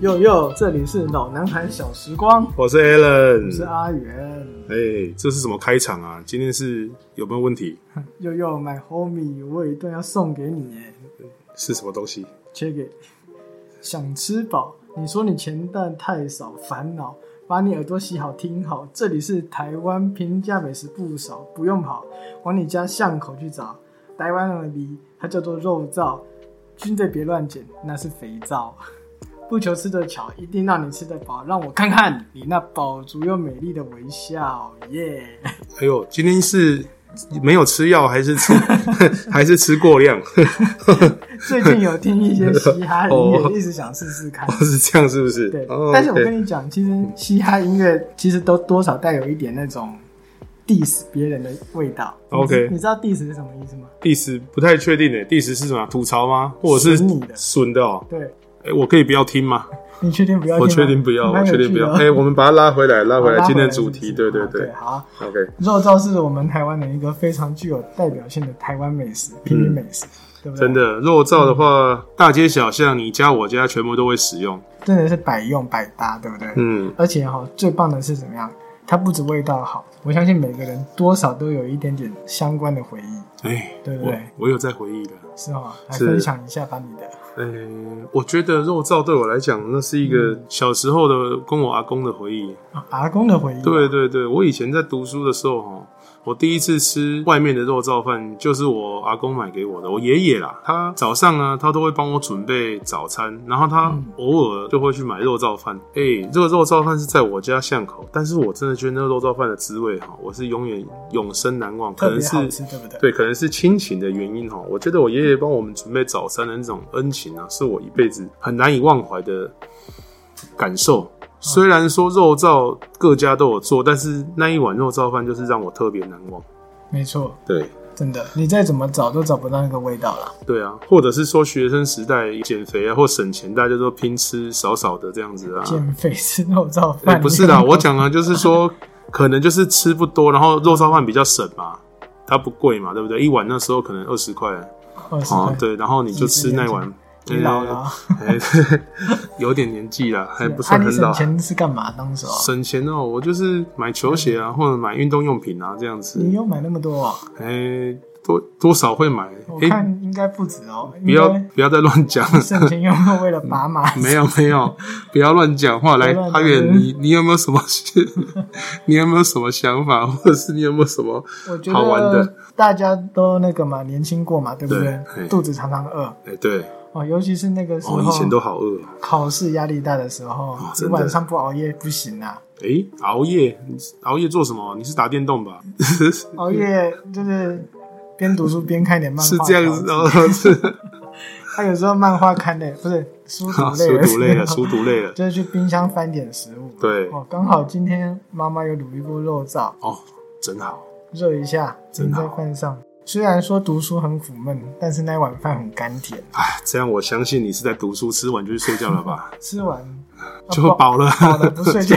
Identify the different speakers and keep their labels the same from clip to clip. Speaker 1: 呦呦，这里是老男孩小时光，
Speaker 2: 我是 a l a n
Speaker 1: 我是阿元。
Speaker 2: 哎、这是什么开场啊？今天是有没有问题？
Speaker 1: 呦呦，my homie，我有一段要送给你耶
Speaker 2: 是什么东西？
Speaker 1: ，check it。想吃饱，你说你钱蛋太少，烦恼。把你耳朵洗好听好，这里是台湾平价美食不少，不用跑，往你家巷口去找。台湾的梨，它叫做肉燥，军队别乱捡，那是肥皂。不求吃得巧，一定让你吃得饱，让我看看你那饱足又美丽的微笑，耶、
Speaker 2: 哎呦，今天是没有吃药，还是吃 还是吃过量？
Speaker 1: 最近有听一些嘻哈音
Speaker 2: 哦
Speaker 1: 乐，一直想试试看。
Speaker 2: 是这样是不是？
Speaker 1: 对
Speaker 2: 哦，
Speaker 1: 但是我
Speaker 2: OK
Speaker 1: 跟你讲，其实嘻哈音乐其实都多少带有一点那种 diss 别人的味道。
Speaker 2: OK
Speaker 1: 你知道 diss 是什么意思吗？
Speaker 2: 第十不太确定诶，第十是什么啊？吐槽吗？或者是
Speaker 1: 损你的
Speaker 2: 损的哦？
Speaker 1: 对，
Speaker 2: 哎、我可以不要听吗？
Speaker 1: 你确定不要听吗？
Speaker 2: 我确定不要，我
Speaker 1: 蛮有
Speaker 2: 确定不
Speaker 1: 趣的
Speaker 2: 要。
Speaker 1: 哦
Speaker 2: 哎、我们把它拉回来，拉
Speaker 1: 好
Speaker 2: 回来
Speaker 1: 哦拉
Speaker 2: 今天的
Speaker 1: 是哦
Speaker 2: 主
Speaker 1: 不
Speaker 2: 题，
Speaker 1: 是
Speaker 2: 对对
Speaker 1: 好
Speaker 2: 对
Speaker 1: 对，好。
Speaker 2: ，OK。
Speaker 1: 肉燥是我们台湾的一个非常具有代表性的台湾美食，平民美食，对不对？
Speaker 2: 嗯真，的，肉燥的话，大街小巷，你家我家全部都会使用。
Speaker 1: 真的是百用百搭，对不对？
Speaker 2: 嗯，
Speaker 1: 而且哈、最棒的是怎么样？它不止味道好，我相信每个人多少都有一点点相关的回忆，
Speaker 2: 哎，
Speaker 1: 对不
Speaker 2: 我
Speaker 1: 对
Speaker 2: 我有在回忆了。
Speaker 1: 是吗？来
Speaker 2: 是
Speaker 1: 分享一下吧，你的
Speaker 2: 呃，我觉得肉燥对我来讲，那是一个
Speaker 1: 嗯
Speaker 2: 小时候的跟我阿公的回忆。
Speaker 1: 啊阿公的回忆。
Speaker 2: 对，对对，我以前在读书的时候，哈，我第一次吃外面的肉燥饭，就是我阿公买给我的。我爷爷啦，他早上啊，他都会帮我准备早餐，然后他
Speaker 1: 嗯
Speaker 2: 偶尔就会去买肉燥饭。哎、这个肉燥饭是在我家巷口，但是我真的觉得那个肉燥饭的滋味，哈，我是永远永生难忘。
Speaker 1: 特
Speaker 2: 可能
Speaker 1: 别
Speaker 2: 是
Speaker 1: 好吃，对不对？
Speaker 2: 对，可能是亲情的原因哈。我觉得我爷爷帮我们准备早餐的那种恩情啊，是我一辈子很难以忘怀的感
Speaker 1: 嗯
Speaker 2: 受。虽然说肉燥各家都有做，但是那一碗肉燥饭就是让我特别难忘。
Speaker 1: 没错，
Speaker 2: 对，
Speaker 1: 真的，你再怎么找都找不到那个味道了。
Speaker 2: 对啊，或者是说学生时代减肥啊，或省钱，大家都拼吃少少的这样子啊。
Speaker 1: 减肥吃肉燥
Speaker 2: 哎
Speaker 1: 饭、
Speaker 2: 不是啦，我讲啊，就是 说可能就是吃不多，然后肉燥饭比较省嘛，它不贵嘛，对不对？一碗那时候可能二十块啊，
Speaker 1: 二十
Speaker 2: 哦
Speaker 1: 块，，
Speaker 2: 对，然后你就吃那一碗。
Speaker 1: 你老了啊，
Speaker 2: 哎，有点年纪了，还哎不算
Speaker 1: 啊你
Speaker 2: 很老
Speaker 1: 省。钱是干嘛？当时哦，
Speaker 2: 省钱哦，我就是买球鞋啊，或者买运动用品啊，这样
Speaker 1: 你
Speaker 2: 子。
Speaker 1: 又买那么多、哦，
Speaker 2: 哎，多多少会买。
Speaker 1: 我
Speaker 2: 哎，
Speaker 1: 看应该不止哦，
Speaker 2: 不
Speaker 1: 应
Speaker 2: 要
Speaker 1: 该
Speaker 2: 不要再乱讲，
Speaker 1: 省钱又没有为了拔马子？
Speaker 2: 没有没有，不要乱讲话。来
Speaker 1: 不要乱，讲
Speaker 2: 阿 远，你你有没有什么？ 你有没有什么想法， 或者是你有没有什么？
Speaker 1: 我觉
Speaker 2: 好玩的
Speaker 1: 得大家都那个嘛，年轻过嘛，对不
Speaker 2: 对嘿
Speaker 1: 肚子常常饿
Speaker 2: 哎，对，
Speaker 1: 哦，尤其是那个时候，
Speaker 2: 哦，以前都好饿哦。
Speaker 1: 考试压力大的时候，
Speaker 2: 真的
Speaker 1: 晚上不熬夜不行啊，
Speaker 2: 哎，熬夜，你熬夜做什么？你是打电动吧？
Speaker 1: 熬哦夜就是边读书边看点漫画，
Speaker 2: 是这样子。哦， 是
Speaker 1: 他有时候漫画看的 不是书读类
Speaker 2: 啊书
Speaker 1: 的时候，
Speaker 2: 读 累了，书读累了。
Speaker 1: 就是去冰箱翻点食物。
Speaker 2: 对
Speaker 1: 哦，刚好今天妈妈有卤一锅肉燥，
Speaker 2: 哦，真好。
Speaker 1: 热一下，
Speaker 2: 真
Speaker 1: 淋
Speaker 2: 好
Speaker 1: 在饭上。虽然说读书很苦闷，但是那碗饭很甘甜，
Speaker 2: 哎，这样我相信你是在读书，吃完就去睡觉 了吧？
Speaker 1: 吃完
Speaker 2: 就
Speaker 1: 啊
Speaker 2: 饱了，
Speaker 1: 饱饱了不睡觉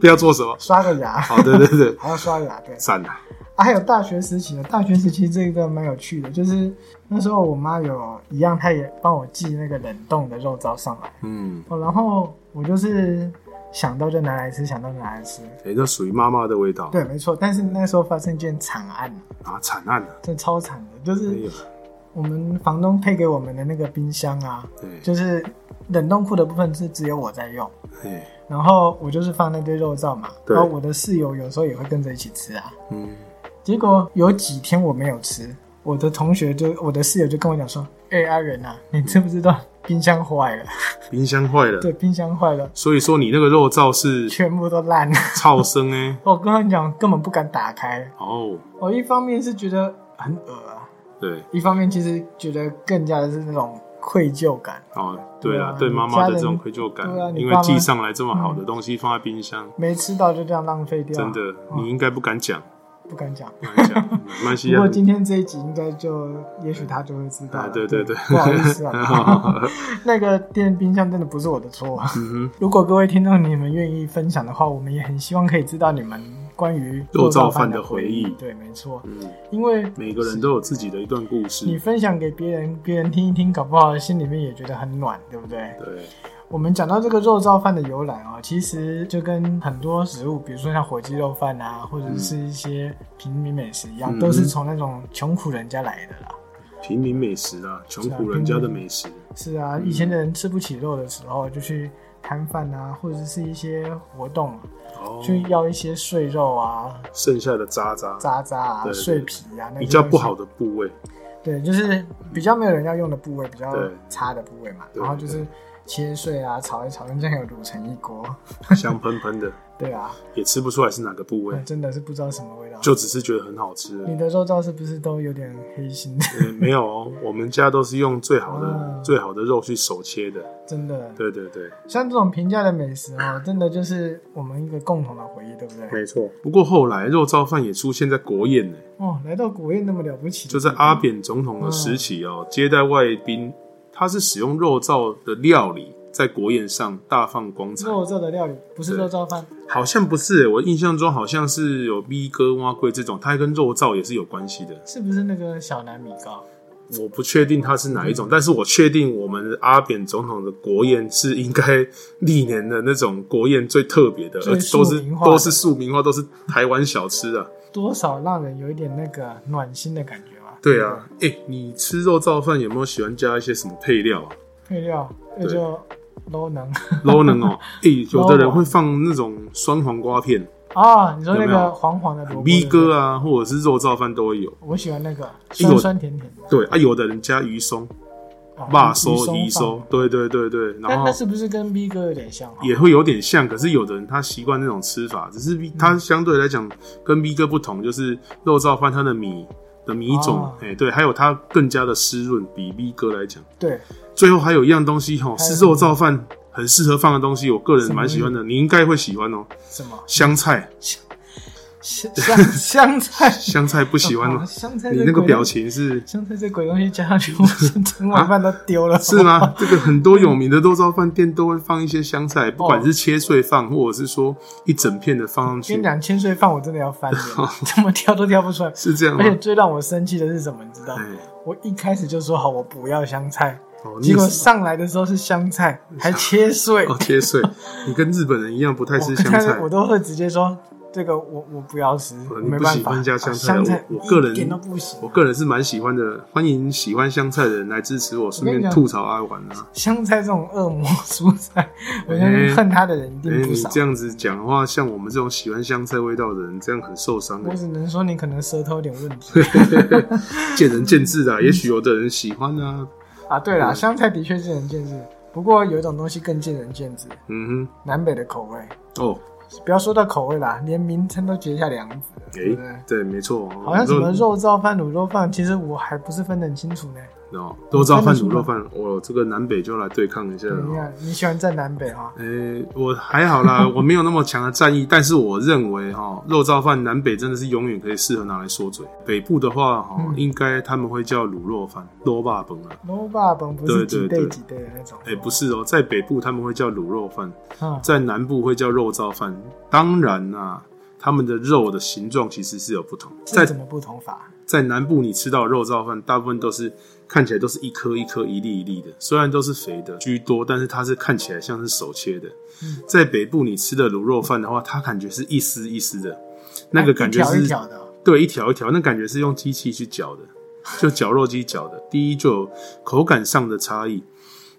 Speaker 2: 不要做什么。
Speaker 1: 刷个牙，
Speaker 2: 好，对对对，
Speaker 1: 还要刷牙，对。
Speaker 2: 散了。
Speaker 1: 啊，还有大学时期的，大学时期这个蛮有趣的，就是那时候我妈有一样，她也帮我寄那个冷冻的肉燥上来，
Speaker 2: 嗯，
Speaker 1: 哦，然后我就是想到就拿来吃，想到拿来吃，
Speaker 2: 哎，这属于妈妈的味道
Speaker 1: 对，没错。但是那时候发生一件惨案，
Speaker 2: 啊，惨案了。
Speaker 1: 真的超惨的，就
Speaker 2: 哎
Speaker 1: 是
Speaker 2: 呦，
Speaker 1: 我们房东配给我们的那个冰箱啊，
Speaker 2: 对，
Speaker 1: 就是冷冻库的部分是只有我在用，
Speaker 2: 哎，
Speaker 1: 然后我就是放那堆肉燥嘛，
Speaker 2: 对
Speaker 1: 然后我的室友有时候也会跟着一起吃啊。
Speaker 2: 嗯，
Speaker 1: 结果有几天我没有吃，我的同学就我的室友就跟我讲说：“哎、阿仁啊，你知不知道冰箱坏了？ 。
Speaker 2: 冰箱坏了
Speaker 1: 对，冰箱坏了，
Speaker 2: 所以说你那个肉燥是
Speaker 1: 全部都烂了。
Speaker 2: 超生哎”。
Speaker 1: 我跟他讲，根本不敢打开。
Speaker 2: 哦，
Speaker 1: 我一方面是觉得很恶啊，
Speaker 2: 对，
Speaker 1: 一方面其实觉得更加的是那种愧疚感。
Speaker 2: 哦，对
Speaker 1: 对
Speaker 2: 啊，
Speaker 1: 啊
Speaker 2: 对
Speaker 1: 你
Speaker 2: 妈妈
Speaker 1: 家
Speaker 2: 的这
Speaker 1: 人
Speaker 2: 种愧疚感
Speaker 1: 对啊，你
Speaker 2: 因为
Speaker 1: 爸妈啊
Speaker 2: 寄上来这么好的东西放在冰箱，
Speaker 1: 没吃到就这样浪费掉，
Speaker 2: 真的，
Speaker 1: 哦
Speaker 2: 你应该不敢讲，
Speaker 1: 不敢讲。
Speaker 2: 不敢讲， 没关系
Speaker 1: 不
Speaker 2: 啊
Speaker 1: 过。今天这一集应该就，也许他就会知道了。
Speaker 2: 啊，对对对，
Speaker 1: 不好意思 啊，那个电冰箱真的不是我的错。
Speaker 2: 嗯哼，
Speaker 1: 如果各位听众你们愿意分享的话，我们也很希望可以知道你们关于
Speaker 2: 肉燥
Speaker 1: 燥
Speaker 2: 饭
Speaker 1: 饭
Speaker 2: 的回
Speaker 1: 回
Speaker 2: 忆
Speaker 1: 对，没错，
Speaker 2: 嗯，
Speaker 1: 因为
Speaker 2: 每个人都有自己的一段故
Speaker 1: 你
Speaker 2: 事，
Speaker 1: 分享给别人，别人听一听，搞不好心里面也觉得很暖，对不对？
Speaker 2: 对，
Speaker 1: 我们讲到这个肉燥饭的由来啊、其实就跟很多食物，比如说像火鸡肉饭啊，或者是一些平民美食一样，
Speaker 2: 嗯
Speaker 1: 都是从那种穷苦人家来的啦。
Speaker 2: 平民美食啊，穷苦人家的美食，
Speaker 1: 是
Speaker 2: 嗯
Speaker 1: 啊，以前的人吃不起肉的时候，就去摊贩啊，或者是一些活动、啊，
Speaker 2: 哦，
Speaker 1: 去要一些碎肉啊、
Speaker 2: 剩下的渣渣，
Speaker 1: 渣渣啊、
Speaker 2: 对对
Speaker 1: 碎皮啊，那些
Speaker 2: 比较
Speaker 1: 东
Speaker 2: 不
Speaker 1: 西
Speaker 2: 好的部 位，
Speaker 1: 对，就是比较没有人要用的部位，比较
Speaker 2: 对
Speaker 1: 差的部位嘛。
Speaker 2: 对
Speaker 1: 然后就是切碎啊，炒一炒，跟酱油卤成一锅。
Speaker 2: 香喷喷的，
Speaker 1: 对啊，
Speaker 2: 也吃不出来是哪个部位
Speaker 1: 那，真的是不知道什么味道。
Speaker 2: 就只是觉得很好吃而已。
Speaker 1: 你的肉燥是不是都有点黑心？
Speaker 2: 嗯没有哦，我们家都是用最好的、
Speaker 1: 啊
Speaker 2: 最好的肉去手切的。
Speaker 1: 真的，
Speaker 2: 对对对，
Speaker 1: 像这种平价的美食哦，真的就是我们一个共同的回忆，对不对？
Speaker 2: 没错。不过后来肉燥饭也出现在国宴呢，
Speaker 1: 哦，来到国宴那么了不起，
Speaker 2: 就在阿扁总统的时期哦，接待外宾，他是使用肉燥的料理在国宴上大放光彩。
Speaker 1: 肉燥的料理，不是
Speaker 2: 对
Speaker 1: 肉燥饭。
Speaker 2: 好像不是耶，我印象中好像是有咪哥蛙龟这种，它跟肉燥也是有关系的。
Speaker 1: 是不是那个小南米糕？
Speaker 2: 我不确定它是哪一
Speaker 1: 嗯
Speaker 2: 种，但是我确定我们的阿扁总统的国宴是应该历年的那种国宴最特别的，
Speaker 1: 最
Speaker 2: 而都
Speaker 1: 庶
Speaker 2: 是
Speaker 1: 民化的
Speaker 2: 都是庶民化，都是台湾小吃啊。
Speaker 1: 多少让人有一点那个暖心的感觉吧？
Speaker 2: 对啊，
Speaker 1: 嗯
Speaker 2: 哎、你吃肉燥饭有没有喜欢加一些什么配料啊？
Speaker 1: 配料那
Speaker 2: 对
Speaker 1: 就 low 能
Speaker 2: 捞能哦，哎、有的
Speaker 1: 捞
Speaker 2: 人
Speaker 1: 啊
Speaker 2: 会放那种酸黄瓜片，
Speaker 1: 啊！你说那
Speaker 2: 有没
Speaker 1: 个
Speaker 2: 有
Speaker 1: 黄黄的萝卜
Speaker 2: 咪哥
Speaker 1: 啊，
Speaker 2: 啊，或者是肉燥饭都会有。
Speaker 1: 我喜欢那个
Speaker 2: 有
Speaker 1: 酸酸甜甜的
Speaker 2: 对啊，有的人加鱼松、
Speaker 1: 啊
Speaker 2: 辣
Speaker 1: 鱼
Speaker 2: 收、
Speaker 1: 松
Speaker 2: 鱼
Speaker 1: 饭
Speaker 2: 收，对对对对，
Speaker 1: 但
Speaker 2: 然后
Speaker 1: 那是不是跟 B 哥有点像、啊？
Speaker 2: 也会有点像，可是有的人他习惯那种吃法，只是
Speaker 1: 嗯
Speaker 2: V 他相对来讲跟 V 哥不同，就是肉燥饭它的米的米种，
Speaker 1: 哦
Speaker 2: 哎、对，还有它更加的湿润，比 V 哥来讲。
Speaker 1: 对，
Speaker 2: 最后还有一样东西吼，
Speaker 1: 还有
Speaker 2: 是肉燥饭很适合放的东西，我个
Speaker 1: 什
Speaker 2: 人
Speaker 1: 么
Speaker 2: 蛮喜欢的，你应该会喜欢哦、
Speaker 1: 什么
Speaker 2: 香菜，
Speaker 1: 香香香菜？
Speaker 2: 香菜不喜欢
Speaker 1: 啊
Speaker 2: 吗？
Speaker 1: 香菜
Speaker 2: 你
Speaker 1: 这
Speaker 2: 那个
Speaker 1: 鬼
Speaker 2: 表
Speaker 1: 东西，
Speaker 2: 情是
Speaker 1: 香菜这鬼东西加上去，我是整碗饭都丢了。
Speaker 2: 啊是吗？这个很多有名的肉燥饭店都会放一些香菜，不
Speaker 1: 哦
Speaker 2: 管是切碎放，或者是说一整片的放上
Speaker 1: 跟你
Speaker 2: 去，
Speaker 1: 讲，千岁饭我真的要翻脸， 怎么挑都挑不出来。
Speaker 2: 是这样吗
Speaker 1: 而？且最让我生气的是什么？你知道
Speaker 2: 哎
Speaker 1: 吗？，我一开始就说好我不要香菜，
Speaker 2: 哦，你啊
Speaker 1: 结果上来的时候是香菜，还切碎。
Speaker 2: 哦，切碎。你跟日本人一样不太吃香
Speaker 1: 但
Speaker 2: 菜
Speaker 1: 是，我都会直接说这个我我不要吃，
Speaker 2: 哦你
Speaker 1: 没
Speaker 2: 不
Speaker 1: 办
Speaker 2: 喜
Speaker 1: 法。
Speaker 2: 欢加香
Speaker 1: 啊
Speaker 2: 菜
Speaker 1: 香菜
Speaker 2: 我我个人
Speaker 1: 一点都不行
Speaker 2: 我。个人是蛮喜欢的。欢迎喜欢香菜的人来支持我，
Speaker 1: 我
Speaker 2: 顺
Speaker 1: 跟你
Speaker 2: 便
Speaker 1: 讲
Speaker 2: 吐槽阿丸啊。
Speaker 1: 香菜这种恶魔蔬菜，我相信恨它的人一
Speaker 2: 哎、
Speaker 1: 定不
Speaker 2: 你
Speaker 1: 少。
Speaker 2: 这样子讲的话，像我们这种喜欢香菜味道的人，这样很受伤欸
Speaker 1: 我
Speaker 2: 的。
Speaker 1: 只能说你可能舌头有点问 题
Speaker 2: 见仁见智啊，也许有的人喜欢啊。
Speaker 1: 啊。对啦，香菜的确见仁见智，不过有一种东西更见仁见智，
Speaker 2: 嗯
Speaker 1: 南北的口味。
Speaker 2: 哼，哦，
Speaker 1: 不要说到口味啦，连名称都结下梁子了，
Speaker 2: 哎、
Speaker 1: 对不对？
Speaker 2: 对，没错。
Speaker 1: 好像什么
Speaker 2: 我们
Speaker 1: 肉燥饭、卤肉饭，其实我还不是分得很清楚呢。
Speaker 2: 都哦，肉燥
Speaker 1: 分得
Speaker 2: 饭、
Speaker 1: 出
Speaker 2: 卤
Speaker 1: 吗
Speaker 2: 肉饭，我、这个南北就来对抗一下了
Speaker 1: 你
Speaker 2: 哦。
Speaker 1: 看，你喜欢在南北哈？
Speaker 2: 呃、我还好啦，我没有那么强的战意，但是我认为哈、肉燥饭南北真的是永远可以适合拿来说嘴。北部的话哈、
Speaker 1: 嗯
Speaker 2: 应该他们会叫卤肉饭、肉霸本啊。
Speaker 1: 罗霸本不是
Speaker 2: 对对
Speaker 1: 几对
Speaker 2: 对
Speaker 1: 几对的那种，
Speaker 2: 哎、不是哦，在北部他们会叫卤肉饭，
Speaker 1: 嗯，
Speaker 2: 在南部会叫肉燥饭。当然啦、他们的肉的形状其实是有不同。
Speaker 1: 这
Speaker 2: 在
Speaker 1: 怎么不同法？
Speaker 2: 在南部你吃到的肉燥饭，大部分都是看起来都是一颗一颗、一粒一粒的，虽然都是肥的居多，但是它是看起来像是手切的。
Speaker 1: 嗯
Speaker 2: 在北部你吃的卤肉饭的话，它感觉是一丝一丝的，那个感觉
Speaker 1: 啊一
Speaker 2: 是、
Speaker 1: 条一条的，
Speaker 2: 对一条一条，那感觉是用机器去搅的，就绞肉机绞的。第一就有口感上的差异，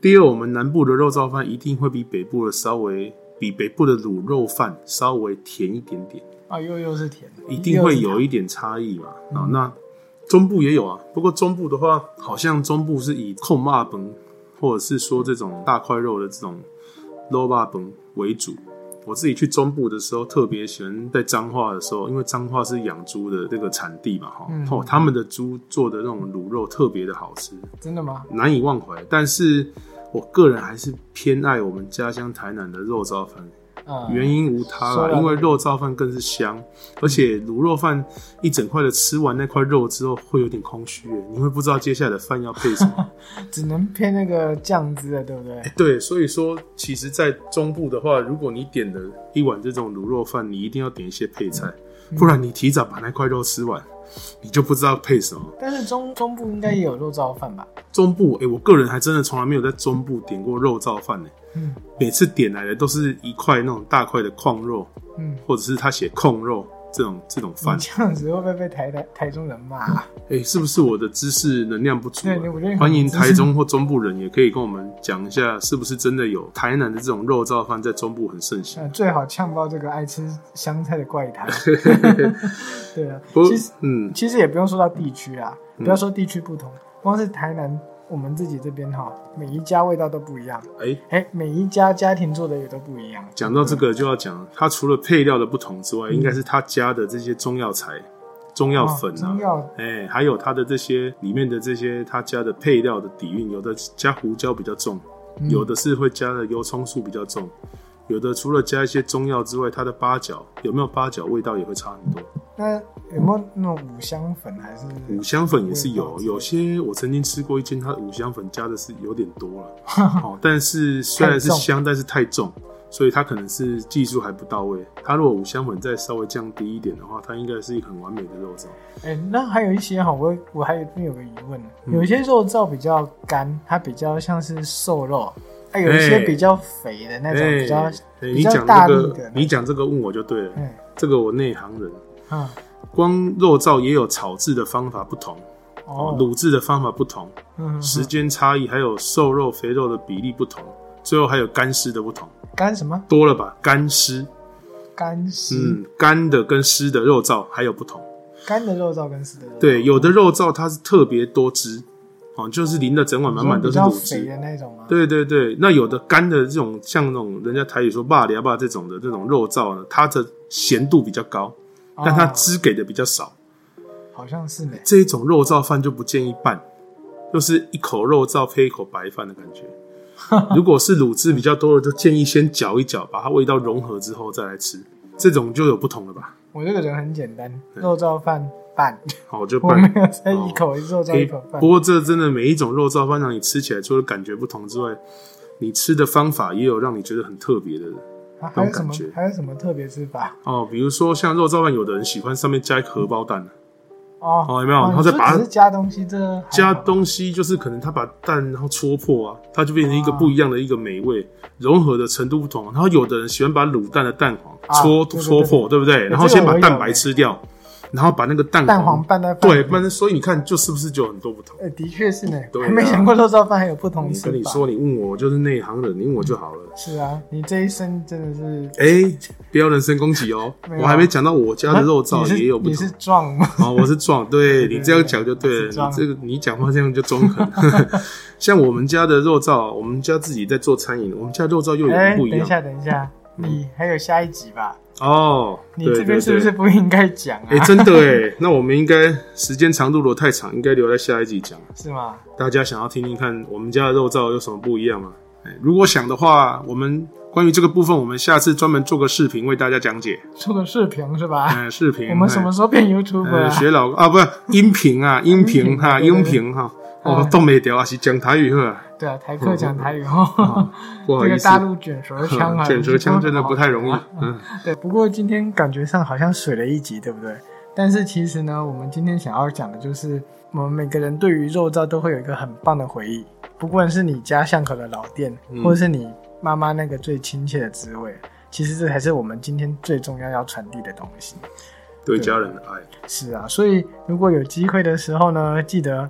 Speaker 2: 第二我们南部的肉燥饭一定会比北部的稍微比北部的卤肉饭稍微甜一点点。
Speaker 1: 啊，又又是甜的，
Speaker 2: 一定会有
Speaker 1: 一
Speaker 2: 一点差异嘛。啊、那中部也有啊，不过中部的话，好像中部是以控骂本或者是说这种大块肉的这种 low 霸本为主。我自己去中部的时候，特别喜欢在彰化的时候，因为彰化是养猪的这个产地嘛，哈、
Speaker 1: 嗯
Speaker 2: 哦，他们的猪做的那种卤肉特别的好吃，
Speaker 1: 真的吗？
Speaker 2: 难以忘怀。但是我个人还是偏爱我们家乡台南的肉燥饭，
Speaker 1: 啊，
Speaker 2: 原因无他
Speaker 1: 说到
Speaker 2: 啦，
Speaker 1: 这
Speaker 2: 因为肉燥饭更是香，而且卤肉饭一整块的吃完那块肉之后，会有点空虚耶，你会不知道接下来的饭要配什么。
Speaker 1: 只能配那个酱汁了，对不对？
Speaker 2: 对，所以说，其实，在中部的话，如果你点了一碗这种卤肉饭，你一定要点一些配菜，不然你提早把那块肉吃完，你就不知道配什么。
Speaker 1: 但是中中部应该也有肉燥饭吧？
Speaker 2: 中部，哎、我个人还真的从来没有在中部点过肉燥饭呢、
Speaker 1: 嗯
Speaker 2: 每次点来的都是一块那种大块的控肉，
Speaker 1: 嗯，
Speaker 2: 或者是他写控肉这种这种饭
Speaker 1: 你。这样子会不会被台台台中人骂、啊
Speaker 2: 哎、是不是我的知识能量不足、啊
Speaker 1: 对我觉得？你
Speaker 2: 欢迎
Speaker 1: 知识
Speaker 2: 台中或中部人也可以跟我们讲一下，是不是真的有台南的这种肉燥饭在中部很盛行？
Speaker 1: 呃，最好呛爆这个爱吃香菜的怪 谈。对啊，
Speaker 2: 不
Speaker 1: 其实，
Speaker 2: 嗯，
Speaker 1: 其实也不用说到地区啊，不要说地区不同，光是台南我们自己这边哈，每一家味道都不一样，
Speaker 2: 哎、
Speaker 1: 哎，每一家家庭做的也都不一样。
Speaker 2: 讲到这个就要讲，它除了配料的不同之外，应该是它加的这些中药材、中药
Speaker 1: 嗯
Speaker 2: 粉
Speaker 1: 哦
Speaker 2: 啊
Speaker 1: 中，药
Speaker 2: 哎、还有它的这些里面的这些它加的配料的底蕴，有的加胡椒比较重，
Speaker 1: 嗯
Speaker 2: 有的是会加的油葱素比较重，有的除了加一些中药之外，它的八角有没有八角味道也会差很多。
Speaker 1: 那有没有那种五香粉还是？
Speaker 2: 五香粉也是有，
Speaker 1: 嗯
Speaker 2: 有些我曾经吃过一间，它的五香粉加的是有点多 了，哦，但是虽然是
Speaker 1: 太重
Speaker 2: 香，但是太重，所以它可能是技术还不到位。它如果五香粉再稍微降低一点的话，它应该是一个很完美的肉燥。
Speaker 1: 哎、那还有一些哈，我我还有有个疑问，
Speaker 2: 嗯
Speaker 1: 有一些肉燥比较干，它比较像是瘦肉，啊，有一些
Speaker 2: 哎
Speaker 1: 比较肥的那种，比较
Speaker 2: 哎，哎
Speaker 1: 比
Speaker 2: 你
Speaker 1: 较
Speaker 2: 讲
Speaker 1: 大
Speaker 2: 这
Speaker 1: 力的
Speaker 2: 个
Speaker 1: 呢，
Speaker 2: 你讲这个问我就对了，
Speaker 1: 哎
Speaker 2: 这个我内行人。
Speaker 1: 嗯
Speaker 2: 光肉燥也有炒制的方法不同，
Speaker 1: 哦，
Speaker 2: 卤制的方法不同，
Speaker 1: 嗯，嗯
Speaker 2: 时间差异，还有瘦肉肥肉的比例不同，最后还有干湿的不同，
Speaker 1: 干什么
Speaker 2: 多了吧？干湿。
Speaker 1: 干湿、
Speaker 2: 嗯，干的跟湿的肉燥还有不同。
Speaker 1: 干的肉燥跟湿的肉燥，
Speaker 2: 对，有的肉燥它是特别多汁，哦，就是淋的整碗满满
Speaker 1: 比
Speaker 2: 都是
Speaker 1: 较
Speaker 2: 卤
Speaker 1: 肥啊
Speaker 2: 汁。
Speaker 1: 的那种吗？，
Speaker 2: 对对对，那有的干的这种，像那种人家台语说“霸凉霸”这种的这种肉燥呢，它的咸度比较高，
Speaker 1: 哦
Speaker 2: 但它汁给的比较少。
Speaker 1: 好像是呢。
Speaker 2: 这一种肉燥饭就不建议拌，就是一口肉燥配一口白饭的感 觉。如果是卤汁比较多的，就建议先搅一搅，把它味道融合之后再来吃。这种就有不同了吧？
Speaker 1: 我这个人很简单，肉燥饭拌，
Speaker 2: 好，哦我就
Speaker 1: 我
Speaker 2: 拌
Speaker 1: 没有在一口肉燥
Speaker 2: 诶
Speaker 1: 一口饭
Speaker 2: 不。过这真的每一种肉燥饭让你吃起来除了感觉不同之外，你吃的方法也有让你觉得很特别的
Speaker 1: 啊还有
Speaker 2: 那
Speaker 1: 什
Speaker 2: 种
Speaker 1: 么
Speaker 2: 感觉
Speaker 1: 还有什么特别吃法？
Speaker 2: 哦。比如说像肉燥饭，有的人喜欢上面加一个荷包
Speaker 1: 嗯
Speaker 2: 蛋，
Speaker 1: 哦，
Speaker 2: 哦有没有
Speaker 1: 哦
Speaker 2: 然后再
Speaker 1: 你说
Speaker 2: 把它
Speaker 1: 只是加东西，这还好
Speaker 2: 加东西就是可能他把蛋然后戳破啊，它就变成一个不一样的一个美味，融合的程度不同。然后有的人喜欢把卤蛋的蛋黄
Speaker 1: 啊
Speaker 2: 戳
Speaker 1: 对对
Speaker 2: 戳破，对不对？然后先把蛋
Speaker 1: 我
Speaker 2: 白
Speaker 1: 有欸
Speaker 2: 吃掉，然后把那个蛋
Speaker 1: 蛋黄拌在饭里
Speaker 2: 对，
Speaker 1: 面
Speaker 2: 不然所以你看就是不是就有很多不同。
Speaker 1: 呃，的确是呢，
Speaker 2: 对啊
Speaker 1: 还没想过肉燥饭还有不同
Speaker 2: 你
Speaker 1: 吃法。
Speaker 2: 跟你说，你问我，我就是内行人，你问我就好了。
Speaker 1: 是啊，你这一生真的是，
Speaker 2: 哎、不要人身攻击哦
Speaker 1: 没！有啊
Speaker 2: 我还没讲到我家的肉
Speaker 1: 你
Speaker 2: 燥
Speaker 1: 是
Speaker 2: 也有不
Speaker 1: 你
Speaker 2: 同
Speaker 1: 是壮吗？
Speaker 2: 哦，我是壮，对
Speaker 1: 对
Speaker 2: 你这样讲就对了。
Speaker 1: 是壮
Speaker 2: 你这个你讲话这样就中肯。 像我们家的肉燥，我们家自己在做餐饮，我们家肉燥又有
Speaker 1: 哎、
Speaker 2: 点不一
Speaker 1: 等一
Speaker 2: 样、
Speaker 1: 下，等一下，你还有下一集吧？
Speaker 2: 哦。
Speaker 1: 你
Speaker 2: 对
Speaker 1: 这边
Speaker 2: 对
Speaker 1: 是不
Speaker 2: 对
Speaker 1: 是不应该讲啊？
Speaker 2: 哎、真的哎，那我们应该时间长度如果太长，应该留在下一集讲。
Speaker 1: 是吗？
Speaker 2: 大家想要听听看我们家的肉燥有什么不一样吗？哎如果想的话，我们关于这个部分，我们下次专门做个视频为大家讲解。
Speaker 1: 做个视频是吧？
Speaker 2: 哎、视频
Speaker 1: 我们什
Speaker 2: 哎
Speaker 1: 么时候变 YouTube
Speaker 2: 呃，
Speaker 1: 啊？
Speaker 2: 学老啊，不是音频啊，音频哈，
Speaker 1: 对对对
Speaker 2: 音频哈，
Speaker 1: 哎
Speaker 2: 哦，冻没掉啊，是讲台语呵，
Speaker 1: 对啊，台客讲台语哦，
Speaker 2: 嗯不好
Speaker 1: 这
Speaker 2: 意
Speaker 1: 个
Speaker 2: 思
Speaker 1: 大，陆卷舌腔啊，
Speaker 2: 卷舌腔真的不太容易
Speaker 1: 啊。
Speaker 2: 嗯，
Speaker 1: 对，不过今天感觉上好像水了一集，对不对？但是其实呢，我们今天想要讲的就是，我们每个人对于肉燥都会有一个很棒的回忆，不管是你家巷口的老店，
Speaker 2: 嗯
Speaker 1: 或者是你妈妈那个最亲切的滋味，其实这才是我们今天最重要要传递的东西。
Speaker 2: 对家人的爱，
Speaker 1: 是啊，所以如果有机会的时候呢，记得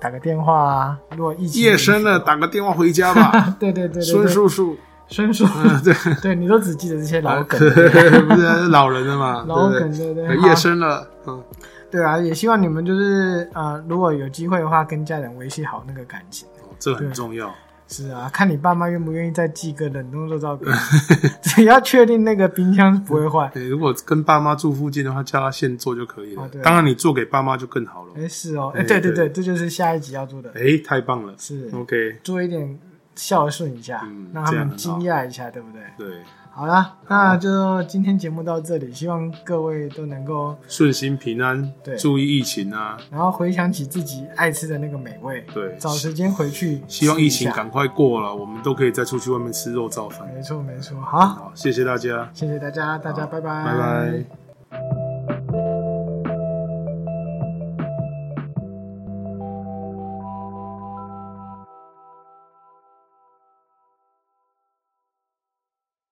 Speaker 1: 打个电话啊。如果疫情
Speaker 2: 夜深了，打个电话回家吧，
Speaker 1: 对对对对对，
Speaker 2: 孙叔叔，嗯
Speaker 1: 孙叔，
Speaker 2: 对，
Speaker 1: 对你都只记得这些老梗，
Speaker 2: 不是老人了嘛，
Speaker 1: 老
Speaker 2: 啊对
Speaker 1: 梗
Speaker 2: 不
Speaker 1: 对对
Speaker 2: 对，
Speaker 1: 好
Speaker 2: 夜深了，嗯，
Speaker 1: 对啊，也希望你们就是呃，如果有机会的话，跟家人维系好那个感情。
Speaker 2: 哦这很重要，
Speaker 1: 是啊，看你爸妈愿不愿意再寄个冷冻肉燥 给你，只要确定那个冰箱不会坏。
Speaker 2: 哎对，如果跟爸妈住附近的话，叫他现做就可以了
Speaker 1: 哦对，
Speaker 2: 当然你做给爸妈就更好了，
Speaker 1: 哎，是哦，哎，
Speaker 2: 哎
Speaker 1: 对对
Speaker 2: 对
Speaker 1: 对，这就是下一集要做的，
Speaker 2: 哎，太棒了
Speaker 1: 是
Speaker 2: ，OK，
Speaker 1: 做一点孝顺一下
Speaker 2: 嗯，
Speaker 1: 让他
Speaker 2: 这样
Speaker 1: 们
Speaker 2: 很
Speaker 1: 惊
Speaker 2: 好
Speaker 1: 讶一下，对不对？
Speaker 2: 对，
Speaker 1: 好啦，那就今天节目到这里，希望各位都能够，
Speaker 2: 顺心平安
Speaker 1: 对，
Speaker 2: 注意疫情啊，
Speaker 1: 然后回想起自己爱吃的那个美味，
Speaker 2: 对
Speaker 1: 找时间回去，
Speaker 2: 希望疫情。赶快过了，我们都可以再出去外面吃肉燥饭。
Speaker 1: 没错没错，好，
Speaker 2: 好，谢谢大家，
Speaker 1: 谢谢大家，大家拜拜，
Speaker 2: 拜拜。